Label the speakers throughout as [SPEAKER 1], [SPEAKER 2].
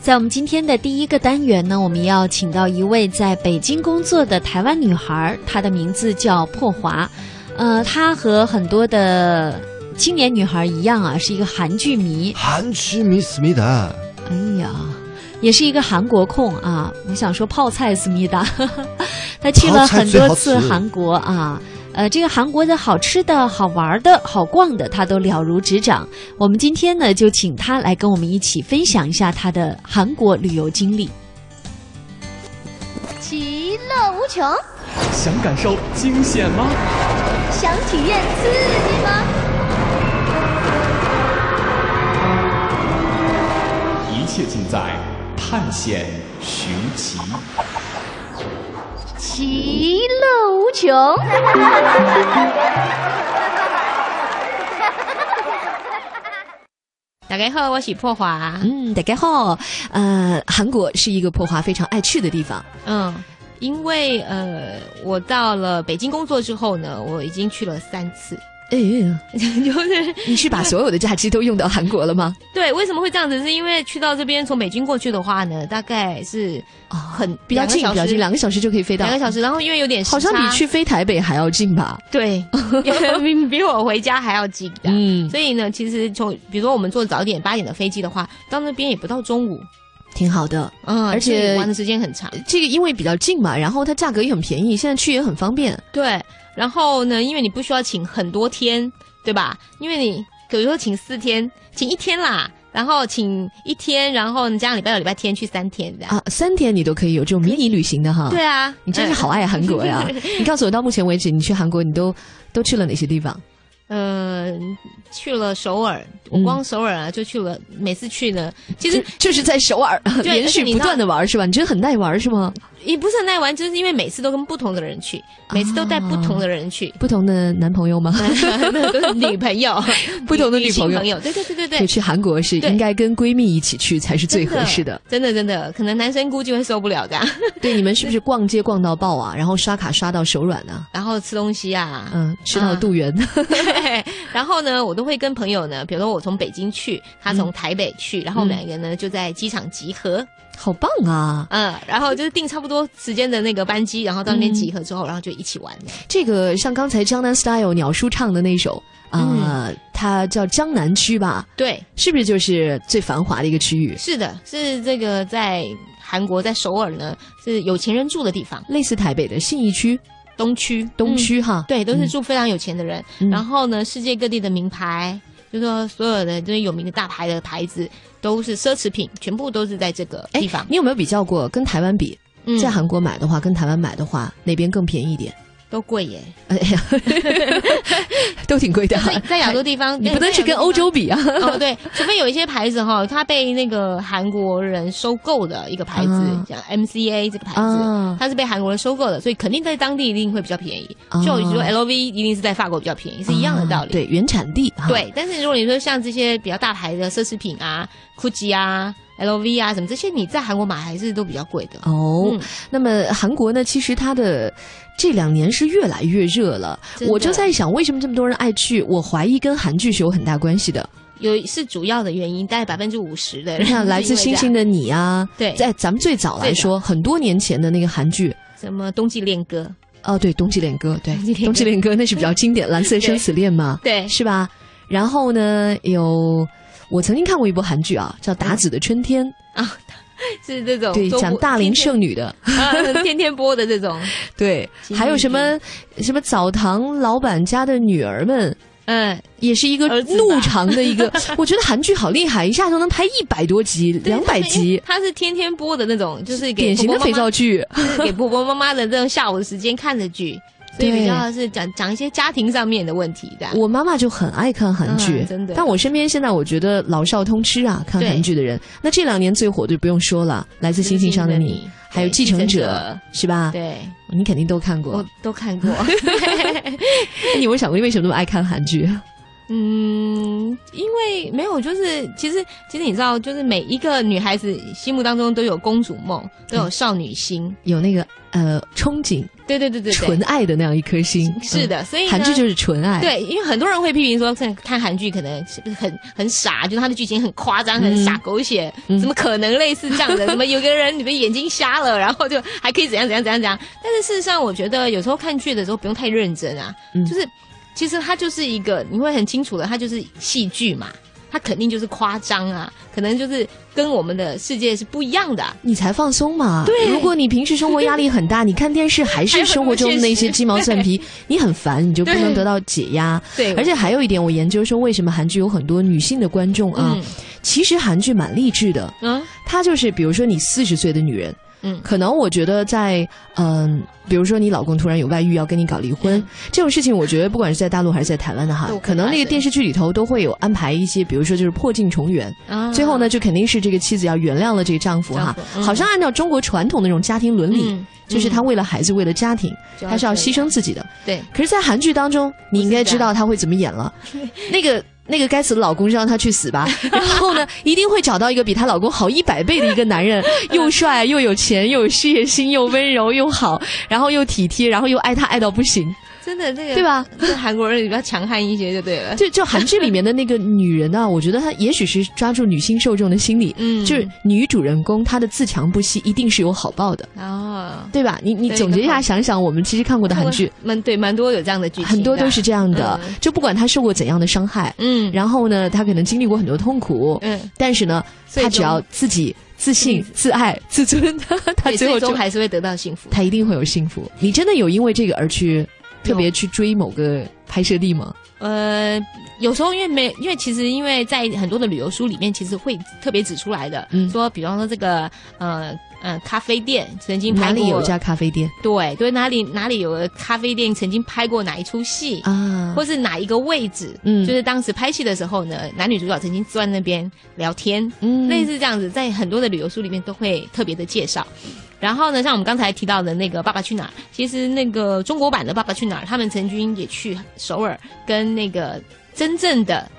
[SPEAKER 1] 在我们今天的第一个单元呢，我们要请到一位在北京工作的台湾女孩，她的名字叫破华。呃，她和很多的青年女孩一样啊，是一个韩剧迷。
[SPEAKER 2] 韩剧迷思密达，
[SPEAKER 1] 哎呀，也是一个韩国控啊！我想说泡菜思密达， 他去了很多次韩国啊。呃，这个韩国的好吃的、好玩的、好逛的，他都了如指掌。我们今天呢，就请他来跟我们一起分享一下他的韩国旅游经历。
[SPEAKER 3] 其乐无穷，
[SPEAKER 4] 想感受惊险吗？
[SPEAKER 3] 想体验刺激吗？
[SPEAKER 4] 一切尽在探险寻奇。
[SPEAKER 3] 其乐无穷。
[SPEAKER 5] 大家好，我是破华。
[SPEAKER 1] 嗯，大家好，呃，韩国是一个破华非常爱去的地方。
[SPEAKER 5] 嗯，因为呃，我到了北京工作之后呢，我已经去了三次，
[SPEAKER 1] 哎呀，
[SPEAKER 5] 就是
[SPEAKER 1] 你是把所有的假期都用到韩国了吗？
[SPEAKER 5] 对，为什么会这样子？是因为去到这边，从北京过去的话呢，大概是
[SPEAKER 1] 啊
[SPEAKER 5] 很
[SPEAKER 1] 比较近，
[SPEAKER 5] 两
[SPEAKER 1] 比
[SPEAKER 5] 个小
[SPEAKER 1] 较
[SPEAKER 5] 时
[SPEAKER 1] 近，两个小时就可以飞到
[SPEAKER 5] 两个。小时，然后因为有点时
[SPEAKER 1] 好像
[SPEAKER 5] 差
[SPEAKER 1] 比去飞台北还要近吧？
[SPEAKER 5] 对， 比比我回家还要近的。
[SPEAKER 1] 嗯
[SPEAKER 5] 所以呢，其实从比如说我们坐早点八点的飞机的话，到那边也不到中午，
[SPEAKER 1] 挺好的。
[SPEAKER 5] 嗯，
[SPEAKER 1] 而且
[SPEAKER 5] 所以玩的时间很长。
[SPEAKER 1] 这个因为比较近嘛，然后它价格也很便宜，现在去也很方便。
[SPEAKER 5] 对，然后呢，因为你不需要请很多天，对吧？因为你比如说请四天，请一天啦，然后请一天，然后你加上礼拜六、礼拜天去三天这样。
[SPEAKER 1] 啊，三天你都可以有这种迷你旅行的哈。
[SPEAKER 5] 对，啊，
[SPEAKER 1] 你真是好爱韩国 呀！你告诉我，到目前为止你去韩国你都都去了哪些地方？
[SPEAKER 5] 嗯。嗯、去了首尔，我
[SPEAKER 1] 嗯
[SPEAKER 5] 光首尔啊就去了，每次去呢，其实
[SPEAKER 1] 就是在首尔
[SPEAKER 5] 对
[SPEAKER 1] 连续不断的玩是吧？你觉得很耐玩是吗？
[SPEAKER 5] 也不是很耐玩，就是因为每次都跟不同的人去，
[SPEAKER 1] 啊
[SPEAKER 5] 每次都带不同的人去。
[SPEAKER 1] 不同的男朋友吗？，
[SPEAKER 5] 那都是女朋友
[SPEAKER 1] 不同的女
[SPEAKER 5] 性
[SPEAKER 1] 朋友
[SPEAKER 5] 朋友，对对对对对
[SPEAKER 1] 就，去韩国是
[SPEAKER 5] 对
[SPEAKER 1] 应该跟闺蜜一起去才是最合适的。
[SPEAKER 5] 真的真的，可能男生估计会受不了的。
[SPEAKER 1] 对，你们是不是逛街逛到爆啊？然后刷卡刷到手软啊？
[SPEAKER 5] 然后吃东西啊，
[SPEAKER 1] 嗯，吃到肚圆。
[SPEAKER 5] 对。 然后呢，我都会跟朋友呢，比如说我从北京去，他从台北去，然后我们两个呢就在机场集合，
[SPEAKER 1] 好棒啊！
[SPEAKER 5] 嗯，然后就是订差不多时间的那个班机，然后到那边集合之后，然后就一起玩。
[SPEAKER 1] 这个像刚才江南 Style 鸟叔唱的那首啊、
[SPEAKER 5] 嗯
[SPEAKER 1] 它叫江南区吧？
[SPEAKER 5] 对，
[SPEAKER 1] 是不是就是最繁华的一个区域？
[SPEAKER 5] 是的，是这个在韩国在首尔呢是有钱人住的地方，
[SPEAKER 1] 类似台北的信义区、
[SPEAKER 5] 东区
[SPEAKER 1] 东。
[SPEAKER 5] 嗯
[SPEAKER 1] 区哈，
[SPEAKER 5] 对，都是住非常有钱的人。
[SPEAKER 1] 嗯
[SPEAKER 5] 然后呢，世界各地的名牌，就说所有的这些有名的大牌的牌子，都是奢侈品，全部都是在这个
[SPEAKER 1] 哎
[SPEAKER 5] 地方。
[SPEAKER 1] 你有没有比较过跟台湾比？
[SPEAKER 5] 嗯
[SPEAKER 1] 在韩国买的话，跟台湾买的话，哪边更便宜一点？
[SPEAKER 5] 都贵 耶，
[SPEAKER 1] 哎呀， 都挺贵的啊、
[SPEAKER 5] 在在亚洲地方，
[SPEAKER 1] 你不
[SPEAKER 5] 对
[SPEAKER 1] 能去跟欧。洲比啊！
[SPEAKER 5] 在亚洲地方哦，对，除非有一些牌子哈，它被那个韩国人收购的一个牌子
[SPEAKER 1] 啊，
[SPEAKER 5] 像 MCA 这个牌子，
[SPEAKER 1] 啊，
[SPEAKER 5] 它是被韩国人收购的，所以肯定在当地一定会比较便宜。
[SPEAKER 1] 啊
[SPEAKER 5] 就你说 LV 一定是在法国比较便宜，是一样的道理。
[SPEAKER 1] 哦对，原产地啊哈。
[SPEAKER 5] 对，但是如果你说像这些比较大牌的奢侈品啊，GUCCI 啊、LV 啊什么这些，你在韩国买还是都比较贵的。
[SPEAKER 1] 哦，
[SPEAKER 5] 嗯
[SPEAKER 1] 那么韩国呢？其实它的这两年是越来越热了。
[SPEAKER 5] 真的
[SPEAKER 1] 我就在想，为什么这么多人爱去？我怀疑跟韩剧是有很大关 系的。
[SPEAKER 5] 有是主要的原因，大概百分之五十的
[SPEAKER 1] 你
[SPEAKER 5] 人
[SPEAKER 1] 看，
[SPEAKER 5] 是因为这样，
[SPEAKER 1] 来自星星的你啊，
[SPEAKER 5] 对
[SPEAKER 1] 在咱们最早来说，很多年前的那个韩剧，
[SPEAKER 5] 什么冬季恋歌，
[SPEAKER 1] 哦，对，《冬季恋歌》，对，
[SPEAKER 5] 冬季恋
[SPEAKER 1] 《
[SPEAKER 5] 歌
[SPEAKER 1] 冬季恋歌》那是比较经典，《蓝色生死恋》嘛，
[SPEAKER 5] 对
[SPEAKER 1] 是吧？然后呢，有我曾经看过一部韩剧啊，叫《达子的春天》，
[SPEAKER 5] 啊，是这种
[SPEAKER 1] 对，
[SPEAKER 5] 周
[SPEAKER 1] 讲
[SPEAKER 5] 末
[SPEAKER 1] 大龄
[SPEAKER 5] 天
[SPEAKER 1] 剩女 的，
[SPEAKER 5] 天啊天天播的这种，
[SPEAKER 1] 对，
[SPEAKER 5] 情
[SPEAKER 1] 还有
[SPEAKER 5] 侣
[SPEAKER 1] 什么什么澡堂老板家的女儿们，
[SPEAKER 5] 嗯，
[SPEAKER 1] 也是一个
[SPEAKER 5] 儿子吧
[SPEAKER 1] 怒长的一个。 我觉得韩剧好厉害，一下就能拍一百多集、两百集，
[SPEAKER 5] 它是天天播的那种，就是给
[SPEAKER 1] 典型的
[SPEAKER 5] 婆婆
[SPEAKER 1] 肥
[SPEAKER 5] 妈妈
[SPEAKER 1] 皂 剧。
[SPEAKER 5] 就是给婆婆妈妈的这种下午的时间看的 剧，所以
[SPEAKER 1] 对
[SPEAKER 5] 比较是讲讲一些家庭上面的问题的。
[SPEAKER 1] 我妈妈就很爱看韩剧，
[SPEAKER 5] 嗯真的
[SPEAKER 1] 但我身边现在我觉得老少通吃啊，看
[SPEAKER 5] 对
[SPEAKER 1] 韩剧的人。那这两年最火的就不用说了，《来自星星上的
[SPEAKER 5] 来自
[SPEAKER 1] 你
[SPEAKER 5] 星星的》，你
[SPEAKER 1] 还有《
[SPEAKER 5] 对
[SPEAKER 1] 继承
[SPEAKER 5] 继承
[SPEAKER 1] 者》
[SPEAKER 5] 者
[SPEAKER 1] 是吧？
[SPEAKER 5] 对，
[SPEAKER 1] 你肯定都看过
[SPEAKER 5] 我。都看过。
[SPEAKER 1] 哎你有没有想过，你为什么那么爱看韩剧？
[SPEAKER 5] 嗯，因为没有，就是其实其实你知道，就是每一个女孩子心目当中都有公主梦，都有少女心。
[SPEAKER 1] 有那个呃憧憬、
[SPEAKER 5] 嗯对对对对对，
[SPEAKER 1] 纯爱的那样一颗心。
[SPEAKER 5] 是的，
[SPEAKER 1] 嗯
[SPEAKER 5] 所以呢
[SPEAKER 1] 韩剧就是纯爱。，
[SPEAKER 5] 对，因为很多人会批评说，看看韩剧可能是很很傻，就是他的剧情很夸张、
[SPEAKER 1] 嗯
[SPEAKER 5] 很傻狗血，怎么可能类似这 样的？怎么有个人你的眼睛瞎了，然后就还可以怎样怎样怎样怎样？但是事实上，我觉得有时候看剧的时候不用太认真啊，
[SPEAKER 1] 嗯
[SPEAKER 5] 就是其实它就是一个你会很清楚的，它就是戏剧嘛，它肯定就是夸张啊，可能就是跟我们的世界是不一样的啊、
[SPEAKER 1] 你才放松嘛。
[SPEAKER 5] 对
[SPEAKER 1] 如果你平时生活压力很 大，你看电视还
[SPEAKER 5] 还
[SPEAKER 1] 是
[SPEAKER 5] 会
[SPEAKER 1] 生活中那些鸡毛蒜皮， 你很烦，你就不能
[SPEAKER 5] 对
[SPEAKER 1] 得到解压。
[SPEAKER 5] 对，
[SPEAKER 1] 而且还有一点，我研究说为什么韩剧有很多女性的观众啊，
[SPEAKER 5] 嗯
[SPEAKER 1] 其实韩剧蛮励志的。
[SPEAKER 5] 嗯
[SPEAKER 1] 她就是比如说你四十岁的女人，
[SPEAKER 5] 嗯
[SPEAKER 1] 可能我觉得在嗯、比如说你老公突然有外遇要跟你搞离婚、这种事情，我觉得不管是在大陆还是在台湾的哈
[SPEAKER 5] 嗯都，可
[SPEAKER 1] 可能那
[SPEAKER 5] 发
[SPEAKER 1] 个
[SPEAKER 5] 生
[SPEAKER 1] 电视剧里头都会有安排一些，比如说就是破镜重圆。
[SPEAKER 5] 啊
[SPEAKER 1] 最后呢，就肯定是这个妻子要原谅了这个丈夫哈
[SPEAKER 5] 丈夫，嗯
[SPEAKER 1] 好像按照中国传统的那种家庭伦理，
[SPEAKER 5] 嗯
[SPEAKER 1] 就是
[SPEAKER 5] 嗯
[SPEAKER 1] 她为了孩子，为了家庭，
[SPEAKER 5] 就要
[SPEAKER 1] 她是要
[SPEAKER 5] 这样
[SPEAKER 1] 牺牲自己的。
[SPEAKER 5] 对。
[SPEAKER 1] 可是，在韩剧当中，你应该知道他会怎么演了。那个那个该死的老公，让他去死吧。然后呢，一定会找到一个比她老公好一百倍的一个男人，又帅又有钱，又有事业心，又温柔又好，然后又体贴，然后又爱她爱到不行。
[SPEAKER 5] 真的，这个
[SPEAKER 1] 对吧？
[SPEAKER 5] 这韩国人比较强悍一些就对了。
[SPEAKER 1] 就就韩剧里面的那个女人啊，我觉得她也许是抓住女性受众的心理，
[SPEAKER 5] 嗯
[SPEAKER 1] 就是女主人公她的自强不息一定是有好报的，
[SPEAKER 5] 哦，
[SPEAKER 1] 对吧？你你
[SPEAKER 5] 对
[SPEAKER 1] 总结一
[SPEAKER 5] 刚
[SPEAKER 1] 下，
[SPEAKER 5] 好
[SPEAKER 1] 想想我们其实看过的韩剧，
[SPEAKER 5] 蛮对，蛮多有这样的剧情的，
[SPEAKER 1] 很多都是这样的，
[SPEAKER 5] 嗯
[SPEAKER 1] 就不管她受过怎样的伤害，
[SPEAKER 5] 嗯，
[SPEAKER 1] 然后呢，他可能经历过很多痛苦，
[SPEAKER 5] 嗯，
[SPEAKER 1] 但是呢，
[SPEAKER 5] 最
[SPEAKER 1] 他
[SPEAKER 5] 终嗯
[SPEAKER 1] 只要自己自信、自爱、自尊，他
[SPEAKER 5] 对
[SPEAKER 1] 最
[SPEAKER 5] 最
[SPEAKER 1] 后就
[SPEAKER 5] 终还是会得到幸福。
[SPEAKER 1] 他一定会有幸福。你真的有因为这个而去特别去追某个拍摄地吗？
[SPEAKER 5] 呃，有时候因为没，因为其实因为在很多的旅游书里面，其实会特别指出来的，
[SPEAKER 1] 嗯
[SPEAKER 5] 说比方说这个呃呃咖啡店曾经拍
[SPEAKER 1] 哪
[SPEAKER 5] 过
[SPEAKER 1] 里有家咖啡店
[SPEAKER 5] 对对哪里哪里有个咖啡店曾经拍过哪一出戏。
[SPEAKER 1] 啊？
[SPEAKER 5] 或是哪一个位置，
[SPEAKER 1] 嗯
[SPEAKER 5] 就是当时拍戏的时候呢，男女主角曾经坐在那边聊天，
[SPEAKER 1] 嗯
[SPEAKER 5] 类似这样子，在很多的旅游书里面都会特别的介绍。然后呢，像我们刚才提到的那个《爸爸去哪儿》，其实那个中国版的《爸爸去哪儿》，他们曾经也去首尔跟那个真正的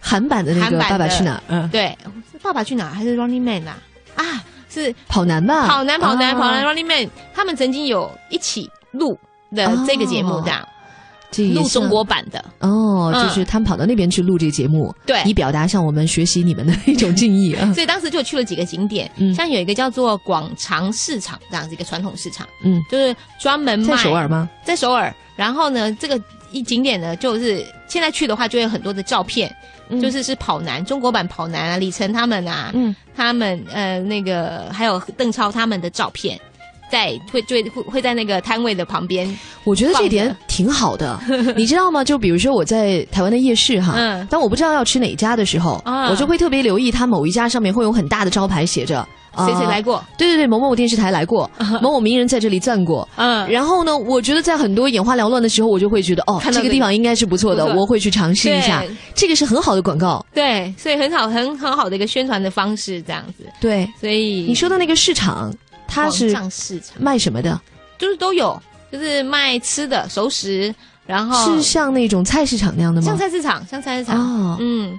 [SPEAKER 1] 韩版的那
[SPEAKER 5] 韩
[SPEAKER 1] 个《
[SPEAKER 5] 版
[SPEAKER 1] 爸爸
[SPEAKER 5] 的
[SPEAKER 1] 去哪儿》嗯，
[SPEAKER 5] 对，是《爸爸去哪儿》还是《Running Man》啊？啊，是
[SPEAKER 1] 跑男吧？
[SPEAKER 5] 跑男跑男
[SPEAKER 1] 啊
[SPEAKER 5] 跑男，《Running Man》，他们曾经有一起录的这个节目
[SPEAKER 1] 哦
[SPEAKER 5] 这样，
[SPEAKER 1] 这也
[SPEAKER 5] 录
[SPEAKER 1] 算
[SPEAKER 5] 中国版的，
[SPEAKER 1] 哦，
[SPEAKER 5] 嗯
[SPEAKER 1] 就是他们跑到那边去录这个节目，
[SPEAKER 5] 对
[SPEAKER 1] 以表达向我们学习你们的一种敬 意啊。
[SPEAKER 5] 所以当时就去了几个景点，
[SPEAKER 1] 嗯
[SPEAKER 5] 像有一个叫做广长市场这样子一个传统市场，
[SPEAKER 1] 嗯，
[SPEAKER 5] 就是专门
[SPEAKER 1] 在
[SPEAKER 5] 卖
[SPEAKER 1] 首尔吗？
[SPEAKER 5] 在首尔。然后呢，这个一景点呢，就是现在去的话，就会有很多的照片，就是是跑男中国版跑男啊，李晨他们啊，
[SPEAKER 1] 嗯
[SPEAKER 5] 他们呃那个还有邓超他们的照片。在会就会会在那个摊位的旁边，
[SPEAKER 1] 我觉得
[SPEAKER 5] 放
[SPEAKER 1] 这
[SPEAKER 5] 的
[SPEAKER 1] 点挺好 的，你知道吗？就比如说我在台湾的夜市哈，
[SPEAKER 5] 嗯
[SPEAKER 1] 当我不知道要吃哪家的时候，
[SPEAKER 5] 啊
[SPEAKER 1] 我就会特别留意它某一家上面会有很大的招牌写着
[SPEAKER 5] 谁谁来
[SPEAKER 1] 过。
[SPEAKER 5] 过？啊
[SPEAKER 1] 对对对，某某电视台来过，某某名人在这里站过。
[SPEAKER 5] 嗯，
[SPEAKER 1] 然后呢，我觉得在很多眼花缭乱的时候，我就会觉得哦，
[SPEAKER 5] 看到
[SPEAKER 1] 这个
[SPEAKER 5] 这
[SPEAKER 1] 地
[SPEAKER 5] 个
[SPEAKER 1] 方应该是不错的，
[SPEAKER 5] 不错
[SPEAKER 1] 我会去尝试一下
[SPEAKER 5] 对。
[SPEAKER 1] 这个是很好的广告，
[SPEAKER 5] 对，所以很好，很很好的一个宣传的方式，这样子。
[SPEAKER 1] 对
[SPEAKER 5] 所以
[SPEAKER 1] 你说的那个市场，它是
[SPEAKER 5] 上市场。
[SPEAKER 1] 卖什么的？
[SPEAKER 5] 就是都有，就是卖吃的、熟食，然后
[SPEAKER 1] 是像那种菜市场那样的吗
[SPEAKER 5] 哦像？菜市场，像菜市场，
[SPEAKER 1] 哦
[SPEAKER 5] 嗯，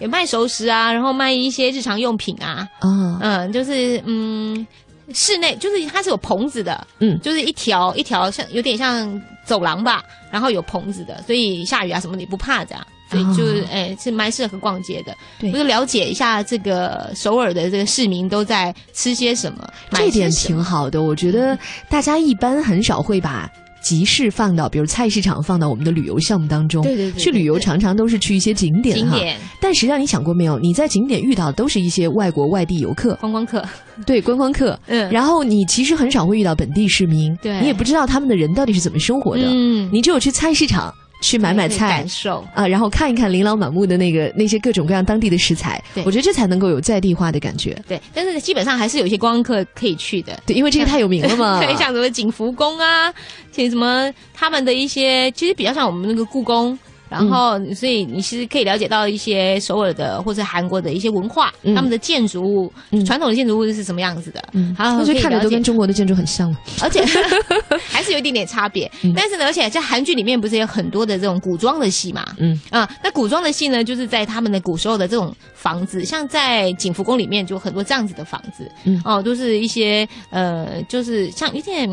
[SPEAKER 5] 也卖熟食啊，然后卖一些日常用品啊，
[SPEAKER 1] 啊，
[SPEAKER 5] 嗯，就是嗯，室内就是它是有棚子的，
[SPEAKER 1] 嗯
[SPEAKER 5] 就是一条一条像有点像走廊吧，然后有棚子的，所以下雨啊什么的也不怕这样。所以就是，
[SPEAKER 1] 哦
[SPEAKER 5] 哎、是蛮适合逛街的。
[SPEAKER 1] 对
[SPEAKER 5] 我就了解一下这个首尔的这个市民都在吃些什么，买
[SPEAKER 1] 这
[SPEAKER 5] 些嗯
[SPEAKER 1] 点
[SPEAKER 5] 什么
[SPEAKER 1] 挺好的，我觉得大家一般很少会把集市放到，比如菜市场放到我们的旅游项目当中。
[SPEAKER 5] 对对对对
[SPEAKER 1] 去旅游常常都是去一些景点
[SPEAKER 5] 景
[SPEAKER 1] 哈。
[SPEAKER 5] 点
[SPEAKER 1] 但实际上你想过没有？你在景点遇到的都是一些外国外地游客，
[SPEAKER 5] 观光客，
[SPEAKER 1] 对观光客。
[SPEAKER 5] 嗯，
[SPEAKER 1] 然后你其实很少会遇到本地市民，
[SPEAKER 5] 对
[SPEAKER 1] 你也不知道他们的人到底是怎么生活的。
[SPEAKER 5] 嗯
[SPEAKER 1] 你只有去菜市场去买买
[SPEAKER 5] 可以
[SPEAKER 1] 菜
[SPEAKER 5] 感，受。
[SPEAKER 1] 啊，然后看一看琳琅满目的那个那些各种各样当地的食材，
[SPEAKER 5] 对
[SPEAKER 1] 我觉得这才能够有在地化的感觉。
[SPEAKER 5] 对，但是基本上还是有一些观光客可以去的。
[SPEAKER 1] 对，因为这个太有名了 嘛。
[SPEAKER 5] 对，像什么景福宫啊，其实什么他们的一些，其实比较像我们那个故宫，然后
[SPEAKER 1] 嗯
[SPEAKER 5] 所以你其实可以了解到一些首尔的或者韩国的一些文化，
[SPEAKER 1] 嗯
[SPEAKER 5] 他们的建筑物、
[SPEAKER 1] 嗯
[SPEAKER 5] 传统的建筑物是什么样子的，
[SPEAKER 1] 嗯，
[SPEAKER 5] 然后
[SPEAKER 1] 我觉得
[SPEAKER 5] 可以
[SPEAKER 1] 看着
[SPEAKER 5] 了
[SPEAKER 1] 都
[SPEAKER 5] 解
[SPEAKER 1] 跟中国的建筑很像了。
[SPEAKER 5] 而且 还是有一点点差别。
[SPEAKER 1] 嗯
[SPEAKER 5] 但是呢，而且在韩剧里面不是有很多的这种古装的戏嘛？
[SPEAKER 1] 嗯
[SPEAKER 5] 啊，那古装的戏呢，就是在他们的古时候的这种房子，像在景福宫里面就有很多这样子的房子，
[SPEAKER 1] 嗯
[SPEAKER 5] 哦，都是一些呃，就是像有点。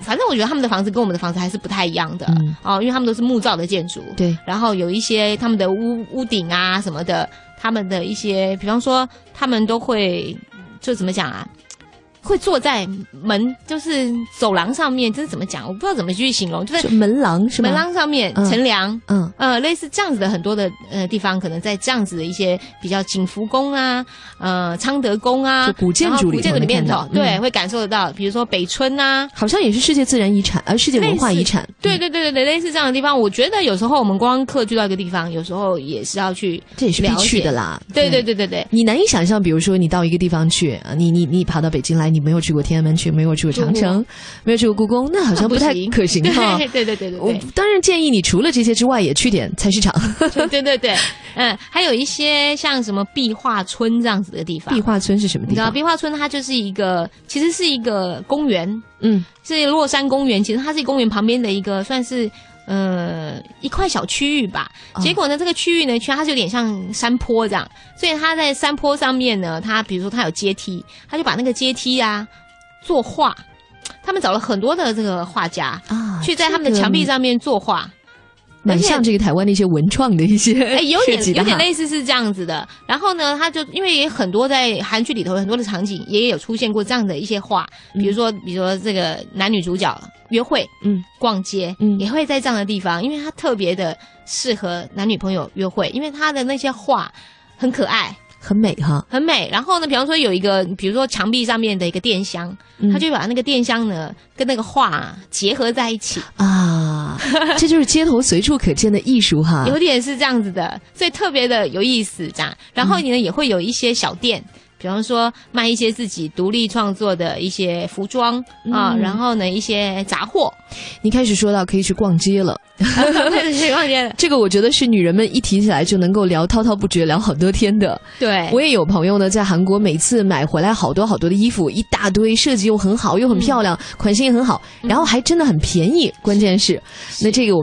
[SPEAKER 5] 反正我觉得他们的房子跟我们的房子还是不太一样的、
[SPEAKER 1] 嗯
[SPEAKER 5] 哦，因为他们都是木造的建筑，
[SPEAKER 1] 对，
[SPEAKER 5] 然后有一些他们的屋屋顶啊什么的，他们的一些，比方说他们都会就怎么讲啊，会坐在门就是走廊上面，这是怎么讲？我不知道怎么去形容，就
[SPEAKER 1] 就
[SPEAKER 5] 是
[SPEAKER 1] 门廊是吗？
[SPEAKER 5] 门，廊上面
[SPEAKER 1] 嗯
[SPEAKER 5] 乘凉。
[SPEAKER 1] 嗯
[SPEAKER 5] 呃，类似这样子的很多的呃地方，可能在这样子的一些比较景福宫啊，呃昌德宫啊
[SPEAKER 1] 就，古建
[SPEAKER 5] 然后
[SPEAKER 1] 筑里
[SPEAKER 5] 古建
[SPEAKER 1] 头
[SPEAKER 5] 筑
[SPEAKER 1] 能
[SPEAKER 5] 里面
[SPEAKER 1] 看
[SPEAKER 5] 头
[SPEAKER 1] 到，
[SPEAKER 5] 对，
[SPEAKER 1] 嗯
[SPEAKER 5] 会感受得到，比如说北村啊，
[SPEAKER 1] 好像也是世界自然遗产，呃，世界文化
[SPEAKER 5] 类似
[SPEAKER 1] 遗产。
[SPEAKER 5] 对
[SPEAKER 1] 嗯，
[SPEAKER 5] 对对对对，类似这样的地方，我觉得有时候我们观光客去到一个地方，有时候也是要去，
[SPEAKER 1] 这也是必
[SPEAKER 5] 了
[SPEAKER 1] 去
[SPEAKER 5] 解
[SPEAKER 1] 的啦。嗯
[SPEAKER 5] 对对对对对，
[SPEAKER 1] 你难以想象，比如说你到一个地方去，啊你你你跑到北京来，你没有去过天安门去，没有去过长城，没有去过故宫，那好像
[SPEAKER 5] 不
[SPEAKER 1] 不太
[SPEAKER 5] 行
[SPEAKER 1] 可行 哈。
[SPEAKER 5] 对对对对对
[SPEAKER 1] 我
[SPEAKER 5] 对。
[SPEAKER 1] 当然建议你除了这些之外，也去点菜市场、
[SPEAKER 5] 对对对对，嗯，还有一些像什么壁画村这样子的地方。
[SPEAKER 1] 壁画村是什么
[SPEAKER 5] 你
[SPEAKER 1] 地
[SPEAKER 5] 知道
[SPEAKER 1] 方？
[SPEAKER 5] 壁画村它就是一个，其实是一个公园，
[SPEAKER 1] 嗯
[SPEAKER 5] 是洛杉公园，其实它是公园旁边的一个算是。呃，一块小区域吧。
[SPEAKER 1] 哦
[SPEAKER 5] 结果呢，这个区域呢，其实它是有点像山坡这样，所以它在山坡上面呢，它比如说它有阶梯，它就把那个阶梯啊作画。他们找了很多的这个画家，
[SPEAKER 1] 啊，
[SPEAKER 5] 去在他们的墙壁上面作画。
[SPEAKER 1] 蛮像这个台湾的一些文创的一些，
[SPEAKER 5] 哎，有点
[SPEAKER 1] 设计的
[SPEAKER 5] 有点
[SPEAKER 1] 哈
[SPEAKER 5] 类似是这样子的。然后呢，他就因为也很多在韩剧里头很多的场景也有出现过这样的一些话，比如说比如说这个男女主角约会，
[SPEAKER 1] 嗯，
[SPEAKER 5] 逛街，
[SPEAKER 1] 嗯
[SPEAKER 5] 也会在这样的地方，因为他特别的适合男女朋友约会，因为他的那些画很可爱。
[SPEAKER 1] 很美哈。
[SPEAKER 5] 很美，然后呢，比方说有一个，比如说墙壁上面的一个电箱，
[SPEAKER 1] 嗯
[SPEAKER 5] 他就把那个电箱呢跟那个画啊结合在一起，
[SPEAKER 1] 啊，这就是街头随处可见的艺术哈。
[SPEAKER 5] 有点是这样子的，所以特别的有意思这样。然后你呢、也会有一些小店，比方说卖一些自己独立创作的一些服装啊、
[SPEAKER 1] 嗯
[SPEAKER 5] 然后呢一些杂货，
[SPEAKER 1] 你开始说到可以去逛街了，
[SPEAKER 5] 对是逛街的。
[SPEAKER 1] 这个我觉得是女人们一提起来就能够聊滔滔不绝，聊好多天的。
[SPEAKER 5] 对，
[SPEAKER 1] 我也有朋友呢，在韩国每次买回来好多好多的衣服，一大堆，设
[SPEAKER 5] 嗯
[SPEAKER 1] 计又很好，又很漂亮，款型也很好，然后还真的很便宜。关键是，那这个我们。